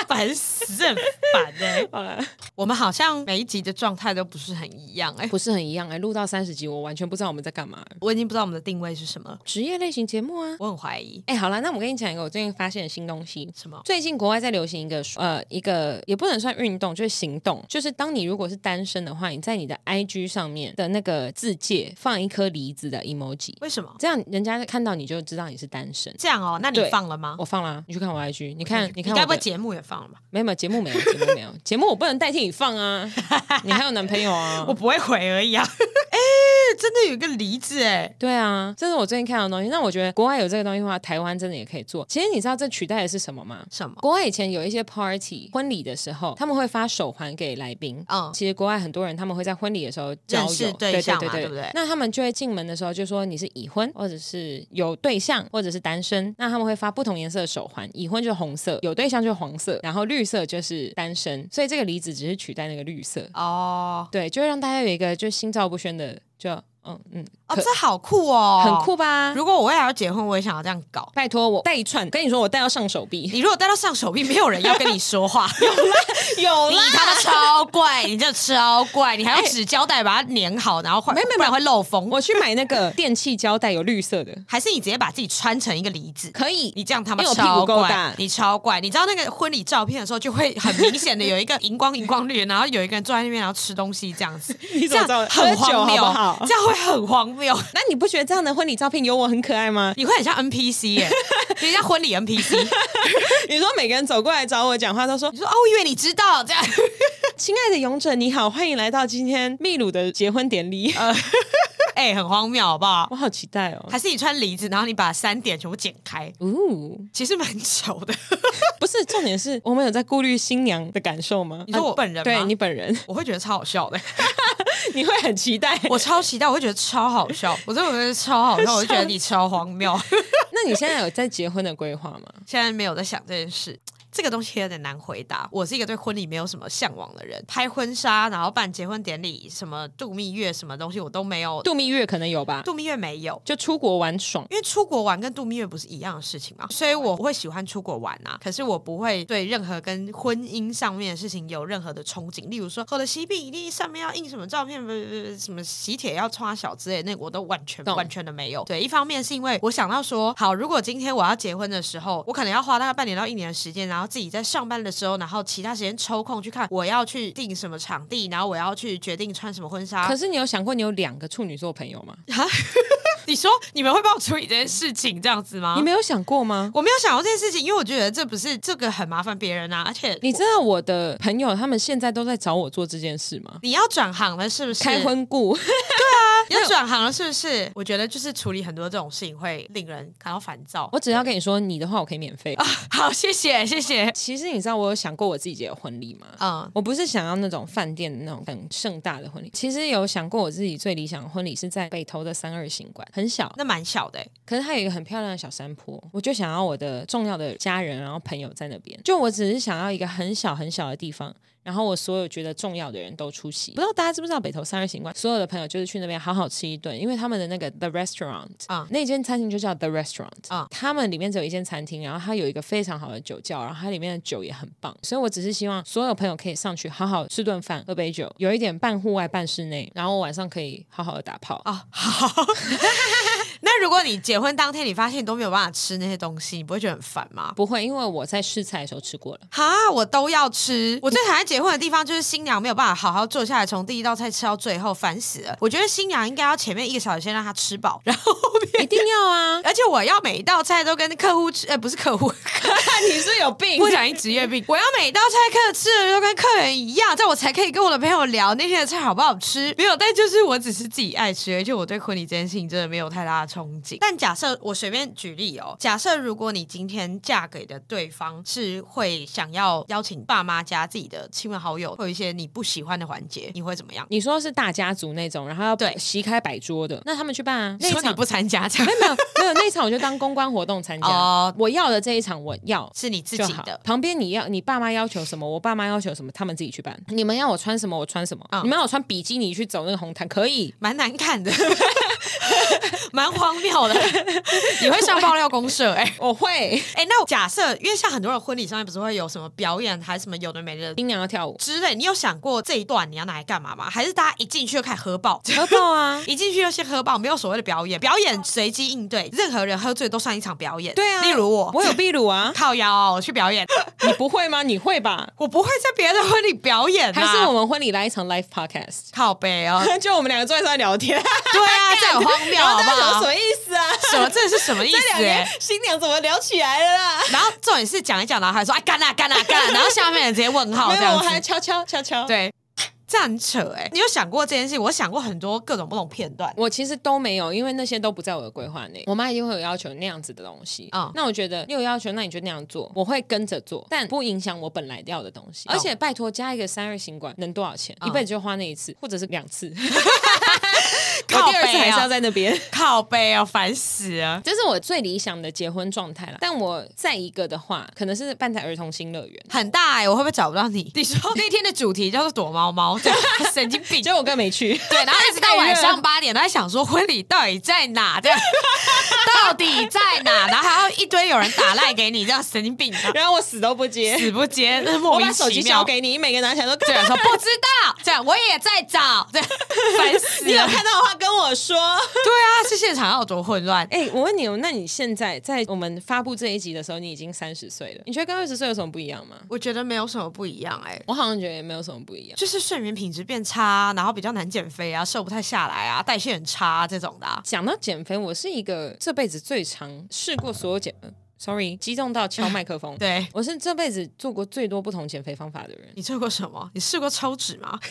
烦死，很烦呢、好了，我们好像每一集的状态都不是很一样哎、不是很一样哎、录到三十集，我完全不知道我们在干嘛。我已经不知道我们的定位是什么了，职业类型节目啊。我很怀疑哎、好啦，那我跟你讲一个我最近发现的新东西。什么？最近国外在流行一个呃一个也不能算运动，就是行动，就是当你如果是单身的话，你在你的 IG 上面的那个字界放一颗梨子的 emoji，为什么这样人家看到你就知道你是单身。这样哦？那你对放了吗？我放啦，你去看我 IG，你看你看该我不会的，节目也放了吧？没有没有节目没有节目没有节目我不能代替你放 啊，你还有男朋友啊我。不会回而已啊。哎、真的有一个梨子哎、对啊，这是我最近看到的东西。那我觉得国外有这个东西的话，台湾真的也可以做。其实你知道这取代的是什么吗？什么？国外以前有一些 party 婚礼的时候，他们会发手环给来宾。嗯其实国外很多人他们会在婚礼的时候交认识友对象嘛对对不对那他们就会进门的时候就说你是已婚，或者是有对象，或者是单身。那他们会发不同颜色的手环，已婚就是红色，有对象就是黄色，然后绿色就是单身。所以这个离子只是取代那个绿色，哦对，就会让大家有一个就心照不宣的，就嗯嗯，哦，可这好酷哦，很酷。吧？如果我未来要结婚，我也想要这样搞。拜托我带一串，跟你说我带到上手 臂，你如果带到上手臂，没有人要跟你说 话，有你他妈超怪，你真的超怪，你还用纸胶带把它粘好，然后换，没没没不然会漏风。我去买那个电器胶带，有绿色的，还是你直接把自己穿成一个梨子，可以。你这样他妈因为我屁股超够大怪，你超怪。你知道那个婚礼照片的时候，就会很明显的有一个荧光荧光绿，然后有一个人坐在那边，然后吃东西这样子， 你怎么这样知道很喝酒荒好谬，不好这样会很荒谬。那你不觉得这样的婚礼照片有我很可爱吗？你会很像 NPC 耶、你很像婚礼 NPC。你说每个人走过来找我讲话，都说你说哦，我以为你知道这样， “亲爱的勇者，你好，欢迎来到今天秘鲁的结婚典 礼”，哎、很荒谬，好不好？我好期待哦。还是你穿梨子，然后你把三点全部剪开，哦，其实蛮丑的。不是，重点是我们有在顾虑新娘的感受吗？啊你说我本人吗对你本人， 我会觉得超好笑的，你会很期 待。我超期待，我会觉得超好笑，我真的觉得超好笑，我就觉得你超荒谬。那你现在有在结婚的规划吗？现在没有在想这件事。这个东西有点难回答。我是一个对婚礼没有什么向往的人，拍婚纱，然后办结婚典礼，什么度蜜月，什么东西我都没有。度蜜月可能有吧，度蜜月没有，就出国玩爽。因为出国玩跟度蜜月不是一样的事情嘛，所以我会喜欢出国玩啊。可是我不会对任何跟婚姻上面的事情有任何的憧憬，例如说我的喜饼一定上面要印什么照片，不不不，什么喜帖要穿啊小之类的，那个我都完全懂完全的没有。对，一方面是因为我想到说，好，如果今天我要结婚的时候，我可能要花大概半年到一年的时间，然后自己在上班的时候，然后其他时间抽空去看我要去定什么场地，然后我要去决定穿什么婚纱。可是你有想过你有两个处女座朋友吗？你说你们会帮我处理这件事情这样子吗？你没有想过吗？我没有想过这件事情，因为我觉得这不是这个很麻烦别人啊，而且你知道我的朋友他们现在都在找我做这件事吗？你要转行了是不是？开婚顾， 要转行了是不是？我觉得就是处理很多这种事情会令人感到烦躁。我只要跟你说你的话，我可以免费。好，谢谢谢谢。其实你知道我有想过我自己的婚礼吗？嗯，我不是想要那种饭店的那种很盛大的婚礼，其实有想过我自己最理想的婚礼是在北投的三二行馆，很小，那蛮小的欸、可是它有一个很漂亮的小山坡，我就想要我的重要的家人，然后朋友在那边。就我只是想要一个很小很小的地方，然后我所有觉得重要的人都出席。不知道大家知不知道北投三日行馆，所有的朋友就是去那边好好吃一顿，因为他们的那个 The Restaurant 啊啊、那间餐厅就叫 The Restaurant 啊、啊他们里面只有一间餐厅，然后它有一个非常好的酒窖，然后它里面的酒也很棒，所以我只是希望所有朋友可以上去好好吃顿饭，喝杯酒，有一点半户外半室内，然后我晚上可以好好的打炮。哦。好，那如果你结婚当天你发现你都没有办法吃那些东西，你不会觉得很烦吗？不会，因为我在试菜的时候吃过了。哈，我都要吃。我最讨厌结结婚的地方就是新娘没有办法好好坐下来，从第一道菜吃到最后，烦死了。我觉得新娘应该要前面一个小时先让她吃饱，然后 后面 一定要 啊！而且我要每一道菜都跟客户吃，呃，不是客户，你是有病不小心职业病。 我要每一道菜客吃的都跟客人一样，这样我才可以跟我的朋友聊那天的菜好不好吃。没有，但就是我只是自己爱吃，而且我对婚礼这件事情真的没有太大的憧憬。但假设我随便举例哦，假设如果你今天嫁给的对方是会想要邀请爸妈家自己的亲朋好友，会有一些你不喜欢的环节，你会怎么样？你说是大家族那种，然后要对席开摆桌的，那他们去办啊。那你一说你场不参加，这样没有没有没有那一场，我就当公关活动参加。 哦我要的这一场我要。 是你自就己好的，。旁边你要你爸妈要求什么，我爸妈要求什么，他们自己去办。你们要我穿什么，我穿什么。嗯你们要我穿比基尼去走那个红毯，可以。蛮难看的， 蛮荒谬的， 你会上爆料公 社哎、我会，哎、那假设，因为像很多人婚礼上面不是会有什么表演，还是什么有的没的新娘要跳舞，之类，你有想过这一段你要拿来干嘛吗？还是大家一进去就开始喝爆？ 合爆啊！一进去就先喝爆，没有所谓的表演，表演随机应对，任何人喝醉都算一场表演。对啊例如我，，我有秘鲁啊靠腰、我去表演， 你不会吗？你会吧？我不会在别的婚礼表演、啊，还是我们婚礼来一场 live podcast， 靠背哦？就我们两个坐在这里聊天，对 啊，这很荒谬， 然好后不大家想好什？么意思啊？什么？这是什么意 这思、两年欸？新娘怎么聊起来了啦？然后重点是讲一讲，然后还说哎干啦干啦干啦，然后下面人直接问号 没这有，样我子。还悄悄悄悄。，对，这很扯哎、你有想过这件事情？我想过很多各种不同片段。我其实都没有，因为那些都不在我的规划内。我妈一定会有要求那样子的东西。嗯那我觉得你有要求，那你就那样做，我会跟着做，但不影响我本来要的东西。嗯哦而且拜托，加一个三日行馆能多少钱？啊嗯一辈子就花那一次，或者是两 次。靠我第二背次啊还是要在那 边。靠背哦，烦死了！这是我最理想的结婚状态了，但我再一个的话，可能是办在儿童新乐 园，很大哎、我会不会找不到你？你说那天的主题叫做躲猫猫， 这样神经病。结果我哥没去。对，然后一直到晚太热上八点，都在想说婚礼到底在哪？这样到底在哪？然后还要一堆有人打赖给你，这样神经病， 啊 然后我死都不接，死不接，真是莫我名把其手妙。机交给你，你每个拿起来都 对，说不知道，这样我也在找，这样 烦死你有了。看到的话跟我说。对啊，这现场要有多混乱？ 哎、我问你哦，那你现在在我们发布这一集的时候，你已经三十岁了，你觉得跟二十岁有什么不一样吗？我觉得没有什么不一样哎、我好像觉得也没有什么不一样。就是睡眠品质变差，然后比较难减肥啊，瘦不太下来啊，代谢很差这种的啊、讲到减肥，我是一个这辈子最长试过所有减、呃、，sorry，激动到敲麦 克风。对我是这辈子做过最多不同减肥方法的人。你做过什么？你试过抽脂吗？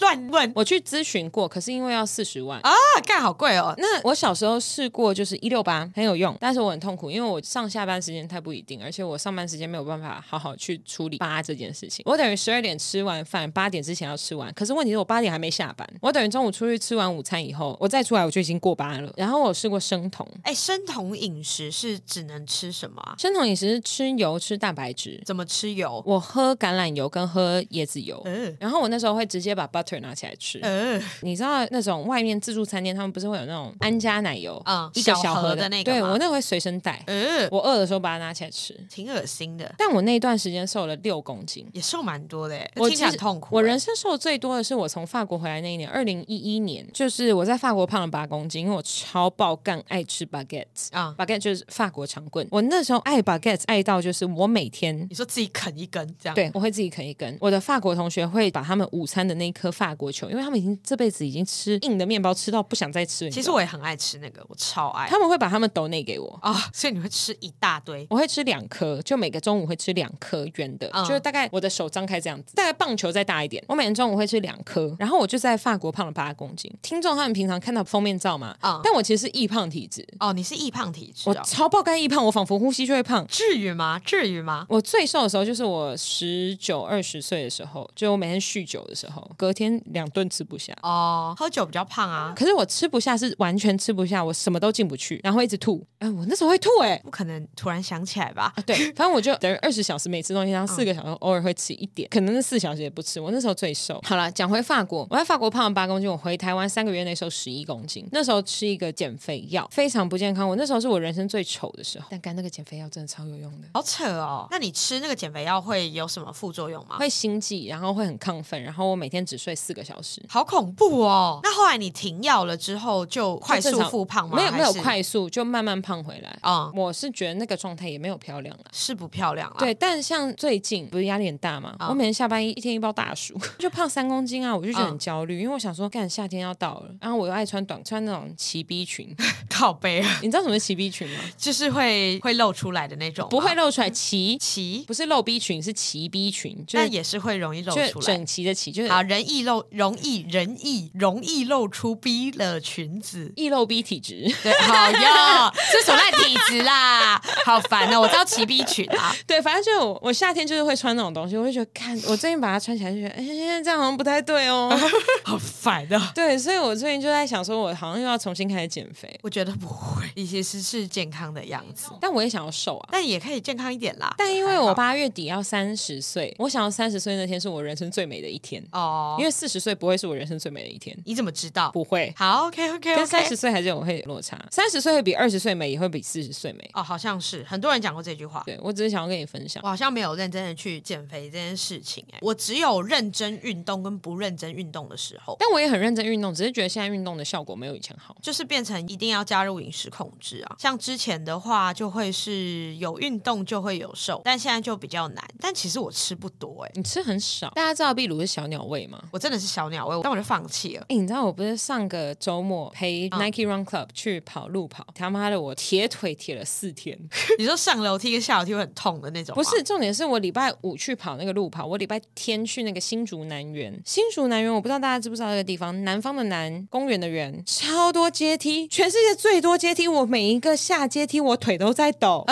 乱问我去咨询过，可是因为要四十万。啊，干好贵哦！那我小时候试过，就是一六八很有用，但是我很痛苦，因为我上下班时间太不一定，而且我上班时间没有办法好好去处理八这件事情。我等于十二点吃完饭，八点之前要吃完，可是问题是我八点还没下班，我等于中午出去吃完午餐以后，我再出来我就已经过八了。然后我有试过生酮，哎，生酮饮食是只能吃什么啊？生酮饮食是吃油吃蛋白质，怎么吃油？我喝橄榄油跟喝椰子油。嗯然后我那时候会直接把 butter 拿起来吃，呃，你知道那种外面自助餐店，他们不是会有那种安佳奶油，嗯一个小小盒盒的那个对吗我那会随身带，呃，我饿的时候把它拿起来吃。挺恶心的，但我那一段时间瘦了六公斤，也瘦蛮多的欸，我听起来其很实痛苦欸。我人生瘦最多的是我从法国回来那一年，二零一一年，就是我在法国胖了八公斤，因为我超爆干爱吃 baguette 啊啊、b a g u e t t e 就是法国长棍。我那时候爱 baguette 爱到就是我每天你说自己啃一根这样，对，我会自己啃一根。我的法国同学会把他们午餐的那一颗法国球，因为他们已经这辈子已经吃硬的面包吃到不想再吃了。你其知实道吗我也很爱吃那个，我超爱他们会把他们抖内给我。啊，所以你会吃一大堆。我会吃两颗，就每个中午会吃两颗圆的，嗯就是大概我的手张开这样子，大概棒球再大一点。我每天中午会吃两颗，然后我就在法国胖了八公斤。听众他们平常看到封面照嘛，嗯但我其实是易胖体质，哦，你是易胖体质我哦？超爆肝易胖，我仿佛呼吸就会胖。至于吗？至于吗？我最瘦的时候就是我十九二十岁的时候，就我每天酗酒的时候，隔天两顿吃不下。哦，喝酒比较胖啊，可是我吃不下，是完全吃不下，我什么都进不去，然后会一直吐。哎、我那时候会吐哎、不可能突然想起来吧？啊对，反正我就 等于嗯二十小时没吃东西，然后四个小时偶尔会吃一点，可能那四小时也不吃。我那时候最瘦。好了，讲回法国，我在法国胖了八公斤，我回台湾三个月内瘦十一公斤。那时候吃一个减肥药，非常不健康。我那时候是我人生最丑的时候，但干那个个减肥药真的超有用的，好扯哦。那你吃那个减肥药会有什么副作用吗？会心悸，然后会很亢奋，然后我每天只睡四个小时。好恐怖哦！那后来你停药了之后，就快就速正常复胖吗？没有没有还是，快速，就慢慢胖回来。嗯我是觉得那个状态也没有漂亮啊。是不漂亮啦。，对，但像最近不是压力很大嘛，嗯我每天下班一一天一包大薯， 就胖三公斤啊，我就觉得嗯很焦虑，因为我想说，干夏天要到了，然后我又爱穿短穿那种齐 B 裙， 靠背啊， 你知道什么是齐 B 裙吗？就是会会露出来的那种吗，啊不会露出来齐，齐，不是露 B 裙，是齐 B 裙，就但是也是会容易露就是出来。整齐的齐，就是啊，人易露，容易人易容易露出逼了裙子。易露 B 体质。 对，好 呀，这什么烂体质啦，好烦哦！我知道齐逼裙啊，对，反正就我我夏天就是会穿那种东西，我就觉得看我最近把它穿起来就觉得，哎、这样好像不太对 哦。 好烦啊！对，所以我最近就在想，说我好像又要重新开始减肥，我觉得不会，以前是是健康的样子，但我也想要瘦啊。但也可以健康一点啦。但因为还我好八月底要三十岁，我想要三十岁那天是我人生最美的一天，哦，因为为四十岁不会是我人生最美的一天，你怎么知道？不会。好，OK OK，跟三十岁还是有会有落差，三十岁会比二十岁美，也会比四十岁美。哦，好像是很多人讲过这句话。对我只是想要跟你分享我，好像没有认真的去减肥这件事情、哎，我只有认真运动跟不认真运动的时候，但我也很认真运动，只是觉得现在运动的效果没有以前好。就是变成一定要加入饮食控制啊。像之前的话，就会是有运动就会有瘦，但现在就比较难。但其实我吃不多、哎，你吃很少，大家知道秘鲁是小鸟胃吗？我真的是小鸟胃，但我就放弃了。 哎、你知道我不是上个周末陪嗯 Nike Run Club 去跑路跑，他妈的我铁腿铁了四天。你说上楼梯跟下楼梯会很痛的那种吗，不是重点是我礼拜五去跑那个路跑，我礼拜天去那个新竹南园。新竹南园我不知道大家知不知道那个地方，南方的南，公园的园，超多阶梯，全世界最多阶梯。我每一个下阶梯，我腿都在 抖，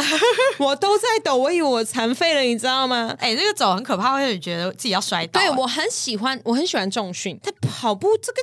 我都在抖，我以为我残废了，你知道吗？哎、那个走很可怕，会让你觉得自己要摔倒、对哎我很喜欢，我很喜欢重训，但跑步这个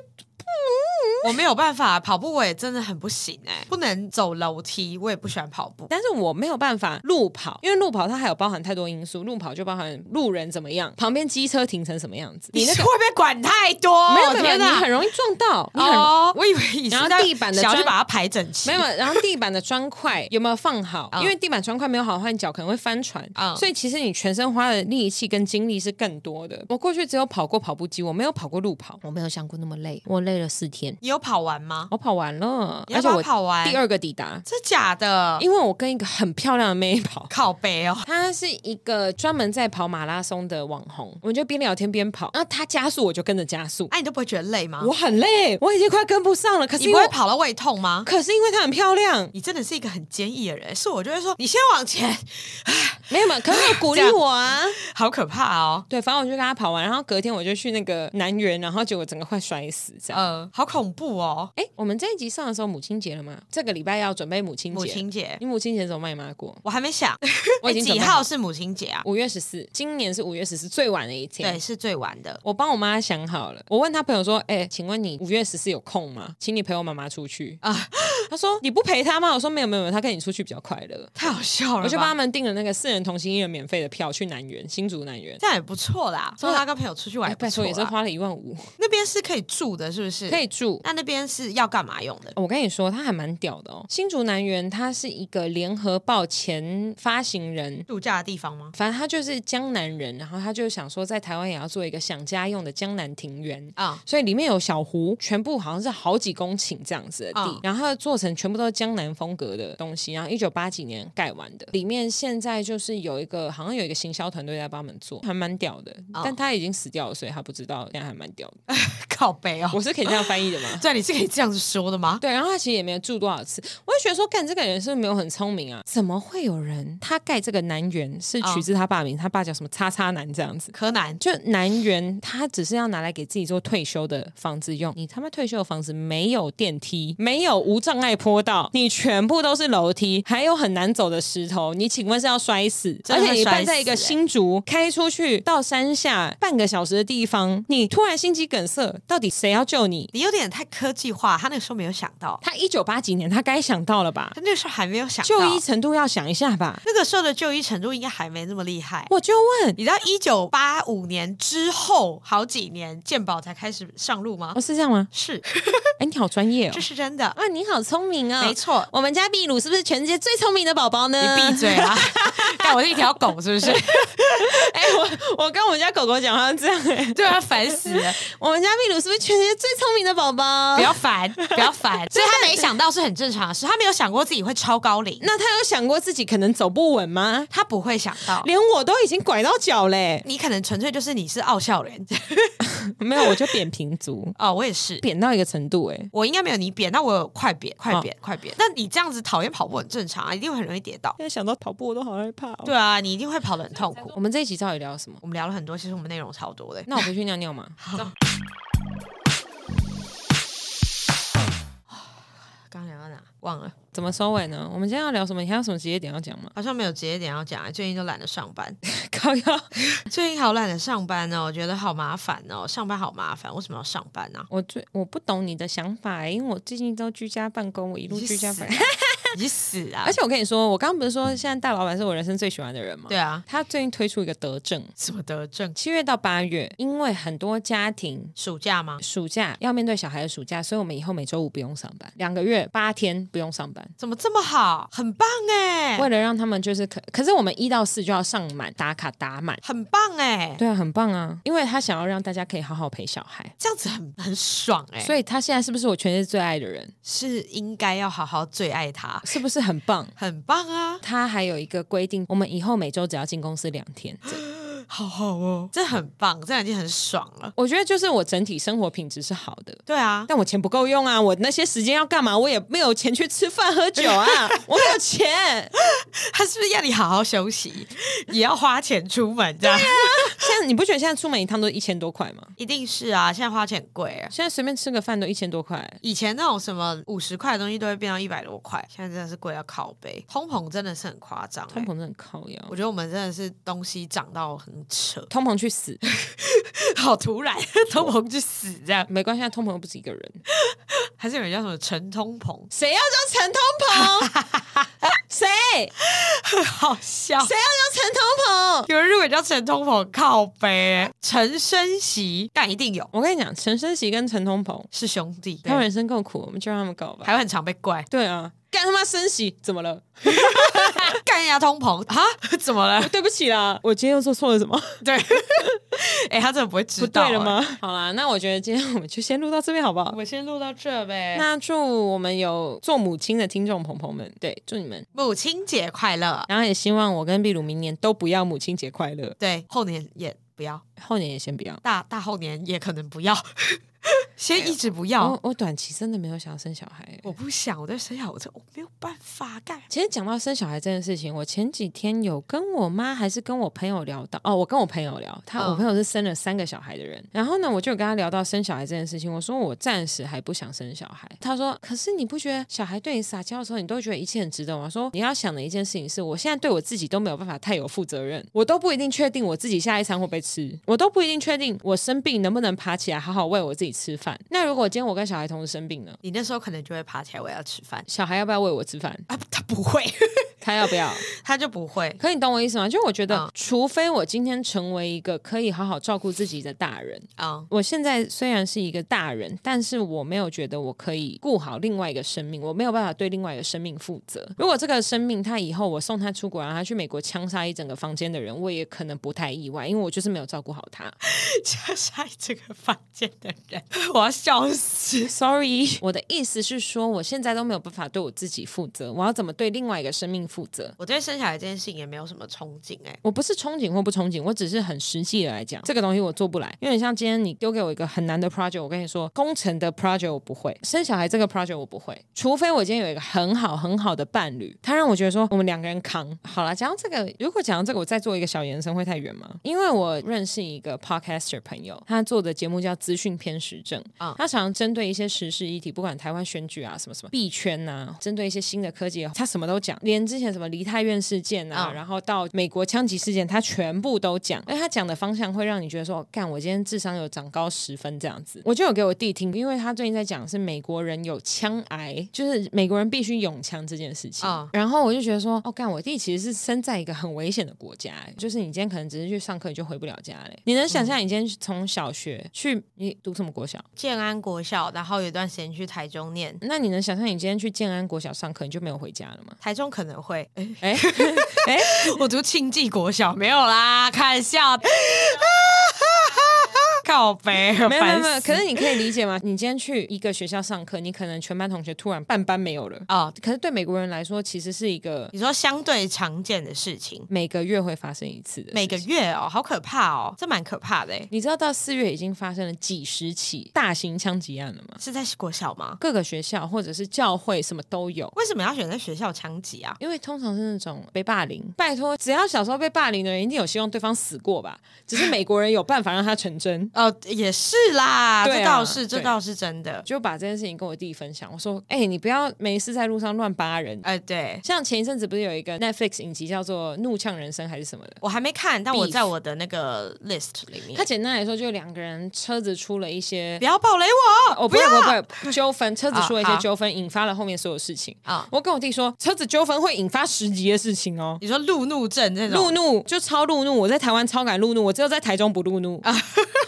我没有办法跑步，我也真的很不行哎、不能走楼梯，我也不喜欢跑步。但是我没有办法路跑，因为路跑它还有包含太多因素，路跑就包含路人怎么样，旁边机车停成什么样子，你那 是个会被管太多？没有没有，天你哪很容易撞到，你很。哦，我以为你是然后在地板的想要砖去把它排整齐，没有，然后地板的砖块有没有放好？嗯因为地板砖块没有好的话，你脚可能会翻船。嗯所以其实你全身花的力气跟精力是更多的。我过去只有跑过跑步机，我没有跑过路跑，我没有想过那么累，我累了四天，你有跑完吗？我跑完了，你要而不且要我跑完？第二个抵达，这假的？因为我跟一个很漂亮的妹跑，靠背哦，他是一个专门在跑马拉松的网红，我们就边聊天边跑，然后他加速我就跟着加速，哎、你都不会觉得累吗？我很累，我已经快跟啊不上了。可是你因不为会我，跑到胃痛吗？可是因为她很漂亮，你真的是一个很坚毅的人，是我就会说你先往前， 没有嘛，可是她有鼓励我啊。好可怕哦，对，反正我就跟她跑完，然后隔天我就去那个南园，然后结果整个快摔死这样。呃，好恐怖哦，哎、我们这一集上的时候母亲节了吗？这个礼拜要准备母亲节。母亲节，你母亲节怎么卖妈过？我还没想，我已经哎准几备好号是母亲节啊？五月十四，今年是五月十四最晚的一天。对，是最晚的。我帮我妈想好了，我问她朋友说：“哎、请问你五月十四有空吗？请你陪我妈妈出去啊。” 她说：“你不陪她吗？”我说：“没有没有没有，她跟你出去比较快乐。 太好笑”了吧，我就帮他们订了那个四人同行一人免费的票去南园，新竹南园。这样也不错啦。说他跟朋友出去玩哎，也不拜托错啦，也是花了一万五，那边是可以住的，是不是？可以。住。那那边是要干嘛用的？我跟你说，他还蛮屌的哦。新竹南园，它是一个联合报前发行人，度假的地方吗？反正他就是江南人，然后他就想说，在台湾也要做一个想家用的江南庭园。啊、所以里面有小湖，全部好像是好几公顷这样子的地，嗯然后做成全部都是江南风格的东西，然后一九八几年盖完的。里面现在就是有一个好像有一个行销团队在帮他们做，还蛮屌的，但他已经死掉了，所以他不知道，现在还蛮屌的。靠背哦。我是可以这样翻译的吗？对，你是可以这样子说的吗？对，然后他其实也没有住多少次，我就觉得说，干这个人是不是没有很聪明啊？怎么会有人他盖这个南园是嗯取自他爸名，他爸叫什么叉叉男这样子？柯南就南园，它只是要拿来给自己做退休的房子用。你他妈退休的房子没有电梯，没有无障碍坡道，你全部都是楼梯，还有很难走的石头。你请问是要摔死？真而的会且你摔办在一死个欸新竹，开出去到山下半个小时的地方，你突然心肌梗塞，到底谁要救你？你有点太科技化，他那个时候没有想到，他一九八几年，他该想到了吧他？那个时候还没有想到，就医程度要想一下吧。那个时候的就医程度应该还没那么厉害。我就问，你知道一九八五年之后好几年健保才开始上路吗嗯哦，？是这样吗？是，哎，你好专业哦这。是真的。啊，你好聪聪明啊、没错我们家秘鲁是不是全世界最聪明的宝宝呢？你闭！ 嘴啊！干我是一条狗是不 是？哎、我我跟我们家狗狗讲话这样、哎，对啊，烦死了！我们家秘鲁是不是全世界最聪明的宝宝？不要烦，不要烦。所以他没想到是很正常的事，他没有想过自己会超高龄，那他有想过自己可能走不稳吗？他不会想到。连我都已经拐到脚嘞、你可能纯粹就是你是傲笑人没有，我就扁平足，哦，我也是，扁到一个程度、哎，我应该没有你扁，那我有快扁，快扁，快扁。那你这样子讨厌跑步很正常啊，一定会很容易跌倒。现在想到跑步我都好害怕、哦。对啊，你一定会跑得很痛苦。我们这一集到底聊什么？我们聊了很多，其实我们内容超多的。那我回去尿尿嘛。刚刚聊到哪？忘了，怎么收尾呢？我们今天要聊什么？你还有什么职业点要讲吗？ 好像没有直接点要讲啊，最近都懒得上班，高腰，最近好懒得上班哦，我觉得好麻烦哦，上班好麻烦，为什么要上班呢、啊？我最我不懂你的想法，欸因为我最近都居家办公，我一路你居家死办啊公。你死啊！ 而且我跟你说，我刚刚不是说现在大老板是我人生最喜欢的人吗？对啊，他最近推出一个德政，什么得症？七月到八月，因为很多家庭暑假吗？暑假要面对小孩的暑假，所以我们以后每周五不用上班，两个月八天不用上班。怎么这么好？很棒哎、为了让他们就是可，可是我们一到四就要上满打卡打满，很棒哎、对啊，很棒啊，因为他想要让大家可以好好陪小孩，这样子很很爽哎、所以他现在是不是我全世界最爱的人？是应该要好好最爱他，是不是很棒？很棒啊，他还有一个规定，我们以后每周只要进公司两天。好好哦，这很棒，这样已经很爽了。我觉得就是我整体生活品质是好的，对啊，但我钱不够用啊！我那些时间要干嘛？我也没有钱去吃饭喝酒啊！我没有钱。他是不是要你好好休息，也要花钱出门这样？啊现在你不觉得现在出门一趟都一千多块吗？一定是啊，现在花钱很贵啊。现在随便吃个饭都一千多块。以前那种什么五十块的东西都会变到一百多块，现在真的是贵到靠背，通膨真的是很夸张、通膨欸。真的很靠腰我，觉得我们真的是东西涨到很扯， 通膨去死好突然， 通膨去死这样，没关系，现在通膨又不是一个人，还是有人叫什么陈通膨， 谁要叫陈通膨？谁谁好笑。 要叫陈通膨？有人如果叫陈通膨，靠背欸陈升席，但一定有我跟你讲，陈升喜跟陈通膨，是兄弟，他们人生够苦，我们就让他们搞吧。还会很常被怪， 对啊，干他妈升喜怎么了？干人家通膨 啊？怎么了？ 对不起啦，我今天又做错了什么？对，哎、他真的不会知不道、欸对了？吗？啊好啦，那我觉得今天我们就先录到这边好不好我？们先录到这呗。那祝我们有做母亲的听众朋友们，对，祝你们，母亲节快乐！然后也希望我跟秘鲁明年都不要母亲节快乐，对，后年也不要，后年也先不要。大大后年也可能不要， 先一直不要。我我短期真的没有想要生小孩、欸我不想，我在生小孩，我这我没有办法干。其实讲到生小孩这件事情，我前几天有跟我妈还是跟我朋友聊到哦，我跟我朋友聊，他、嗯我朋友是生了三个小孩的人，然后呢，我就有跟他聊到生小孩这件事情，我说我暂时还不想生小孩，他说可是你不觉得小孩对你撒娇的时候，你都觉得一切很值得吗？我说你要想的一件事情是我现在对我自己都没有办法太有负责任，我都不一定确定我自己下一餐会不会吃，我都不一定确定我生病能不能爬起来好好喂我自己吃饭。那如果今天我跟小孩同时生病呢？你那时候可能就会爬起来，我要吃饭小孩要不要喂我吃饭？啊！他不会， 他要不要？他就不会。可你懂我意思吗？就我觉得，嗯除非我今天成为一个可以好好照顾自己的大人，嗯，我现在虽然是一个大人，但是我没有觉得我可以顾好另外一个生命，我没有办法对另外一个生命负责。如果这个生命他以后我送他出国，让他去美国枪杀一整个房间的人，我也可能不太意外，因为我就是没有照顾好他。 加上这个房间的人，我要笑死。 Sorry，我的意思是说，我现在都没有办法对我自己负责，我要怎么对另外一个生命负责？我对生小孩这件事情也没有什么憧憬哎、我不是憧憬或不憧憬，我只是很实际的来讲，这个东西我做不来。因为你像今天你丢给我一个很难的 project，我跟你说，工程的 project 我不会，生小孩这个 project 我不会，除非我今天有一个很好很好的伴侣，他让我觉得说我们两个人扛。好了，讲到这个，如果讲到这个，我再做一个小延伸会太远吗？因为我认识一个 podcaster 朋友，他做的节目叫《资讯偏时政》，嗯他常常针对一些时事议题，不管台湾选举啊，什么什么币圈呐、针对一些新的科技，啊他什么都讲，连之前什么梨泰院事件啊，嗯然后到美国枪击事件，他全部都讲。而他讲的方向会让你觉得说，干，我今天智商有长高十分这样子。我就有给我弟听，因为他最近在讲是美国人有枪癌，就是美国人必须用枪这件事情。嗯然后我就觉得说，哦，干，我弟其实是生在一个很危险的国家、欸，哎嗯就是你今天可能只是去上课，你就回不了家嘞、你能想象你今天从小学去你读什么国小？建安国校，然后有一段时间去台中念，那你能想象你今天去建安国小上课，你就没有回家了 吗？台中可能会，诶哎、哎、我读庆记国小没有啦，看 笑，靠北，没有没有没有，烦死可是你可以理解吗？你今天去一个学校上课，你可能全班同学突然半班没有了，哦，可是对美国人来说，其实是一个你说相对常见的事情，每个月会发生一次的事情每个。月哦，好可怕哦，这蛮可怕的诶，你知道到四月已经发生了几十起大型枪击案了吗？是在国小吗？各个学校或者是教会什么都有。为什么要选在学校枪击啊？。因为通常是那种被霸凌，拜托，只要小时候被霸凌的人，一定有希望对方死过吧？只是美国人有办法让他成真哦，也是啦，对啊这倒是，这对倒是真的。就把这件事情跟我弟分享，我说：“哎、你不要没事在路上乱扒人。哎、对像前一阵子不是有一个 Netflix 影集叫做《怒呛人生》还是什么的？我还没看，但我 Beef 在我的那个 list 里面它。简单来说，就两个人车子出了一些不要暴雷我，哦，不不要要不要不要纠纷，车子啊出了一些好纠纷，引发了后面所有事情。啊！我跟我弟说，车子纠纷会引发十级的事情哦。你说路怒症这路种，怒就超路怒，我在台湾超敢路怒，我只有在台中不路怒。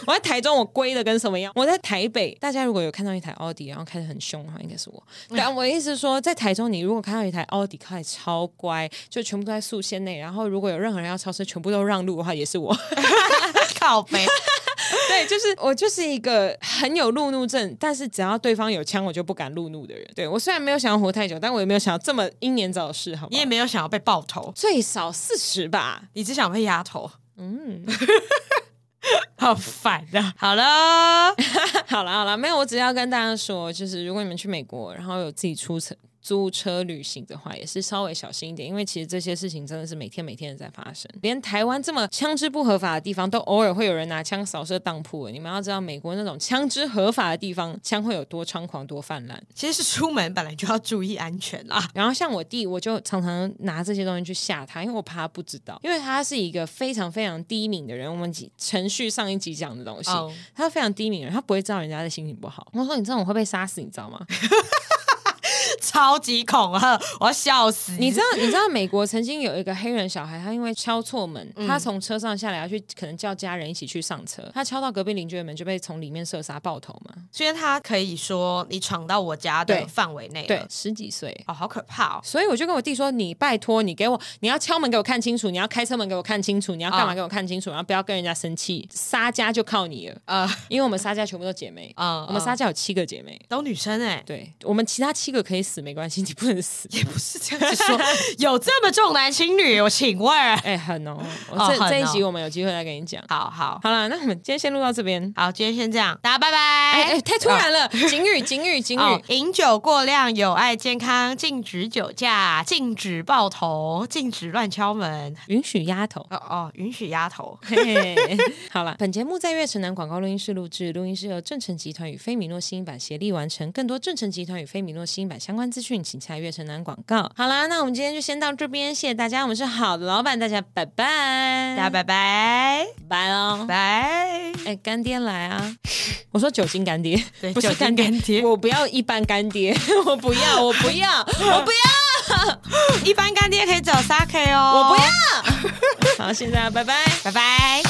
我在台中我归的跟什么样？我在台北，大家如果有看到一台奥迪，然后开的很凶的话，应该是我。但我的意思是说，在台中你如果看到一台奥迪开的超乖，就全部都在速限内，然后如果有任何人要超车，全部都让路的话，也是我。 靠背， 对，就是 我就是一个很有路怒症，但是只要对方有枪，我就不敢路怒的人。对我虽然没有想要活太久，但我也没有想要这么英年早逝，好不你好也？没有想要被爆头，最少四十吧。你只想被压头，嗯， 好烦啊！好了， 好啦好啦，没有，我只是要跟大家说，就是如果你们去美国，然后有自己出车租车旅行的话，也是稍微小心一点，因为其实这些事情真的是每天每天的在发生，连台湾这么枪支不合法的地方，都偶尔会有人拿枪扫射当铺。你们要知道，美国那种枪支合法的地方，枪会有多猖狂、多泛滥。其实是出门本来就要注意安全啦。然后像我弟，我就常常拿这些东西去吓他，因为我怕他不知道，因为他是一个非常非常低敏的人。我们几程序上一集讲的东西哦他非常低敏的人，他不会知道人家的心情不好。我说你这种会被杀死，你知道吗？ 超级恐吓，我要笑死！你知道你知道美国曾经有一个黑人小孩，他因为敲错门，嗯他从车上下来要去，可能叫家人一起去上车，他敲到隔壁邻居的门就被从里面射杀爆头嘛？虽然他可以说你闯到我家对的范围内对了，，十几岁。哦，好可怕哦！所以我就跟我弟说：“你拜托，你给我，你要敲门给我看清楚，你要开车门给我看清楚，你要干嘛啊给我看清楚，然后不要跟人家生气。撒家就靠你了，呃，因为我们撒家全部都姐妹，啊我们撒家有七个姐妹，都女生哎、对我们其他七个可以死没关系，你不能死。也不是这样子说， 有这么重男轻女？我请问，哎、很哦，我哦这、很哦这一集我们有机会再跟你讲。好好好了，那我们今天先录到这边。好，今天先这样，大家拜拜。哎、哎、太突然了，警语警语警语。哦，饮酒过量有害健康，禁止酒驾，禁止爆头，禁止乱敲门。允许丫头。 哦哦，允许丫头。嘿，好了，本节目在月城南广告录音室录制，录音室由正成集团与菲米诺新音版协力完成。更多正成集团与菲米诺新音版相关资讯，请洽月城南广告。好啦，那我们今天就先到这边，谢谢大家，我们是好的老板，大家拜拜，大家拜拜，拜喽。 拜。哎、干爹来啊！我说酒精干爹，对不是酒精干爹，干爹我不要一般干爹， 我不要，我不要，我不要，一般干爹可以找 sake 哦，我不要。好，现在拜拜。拜拜。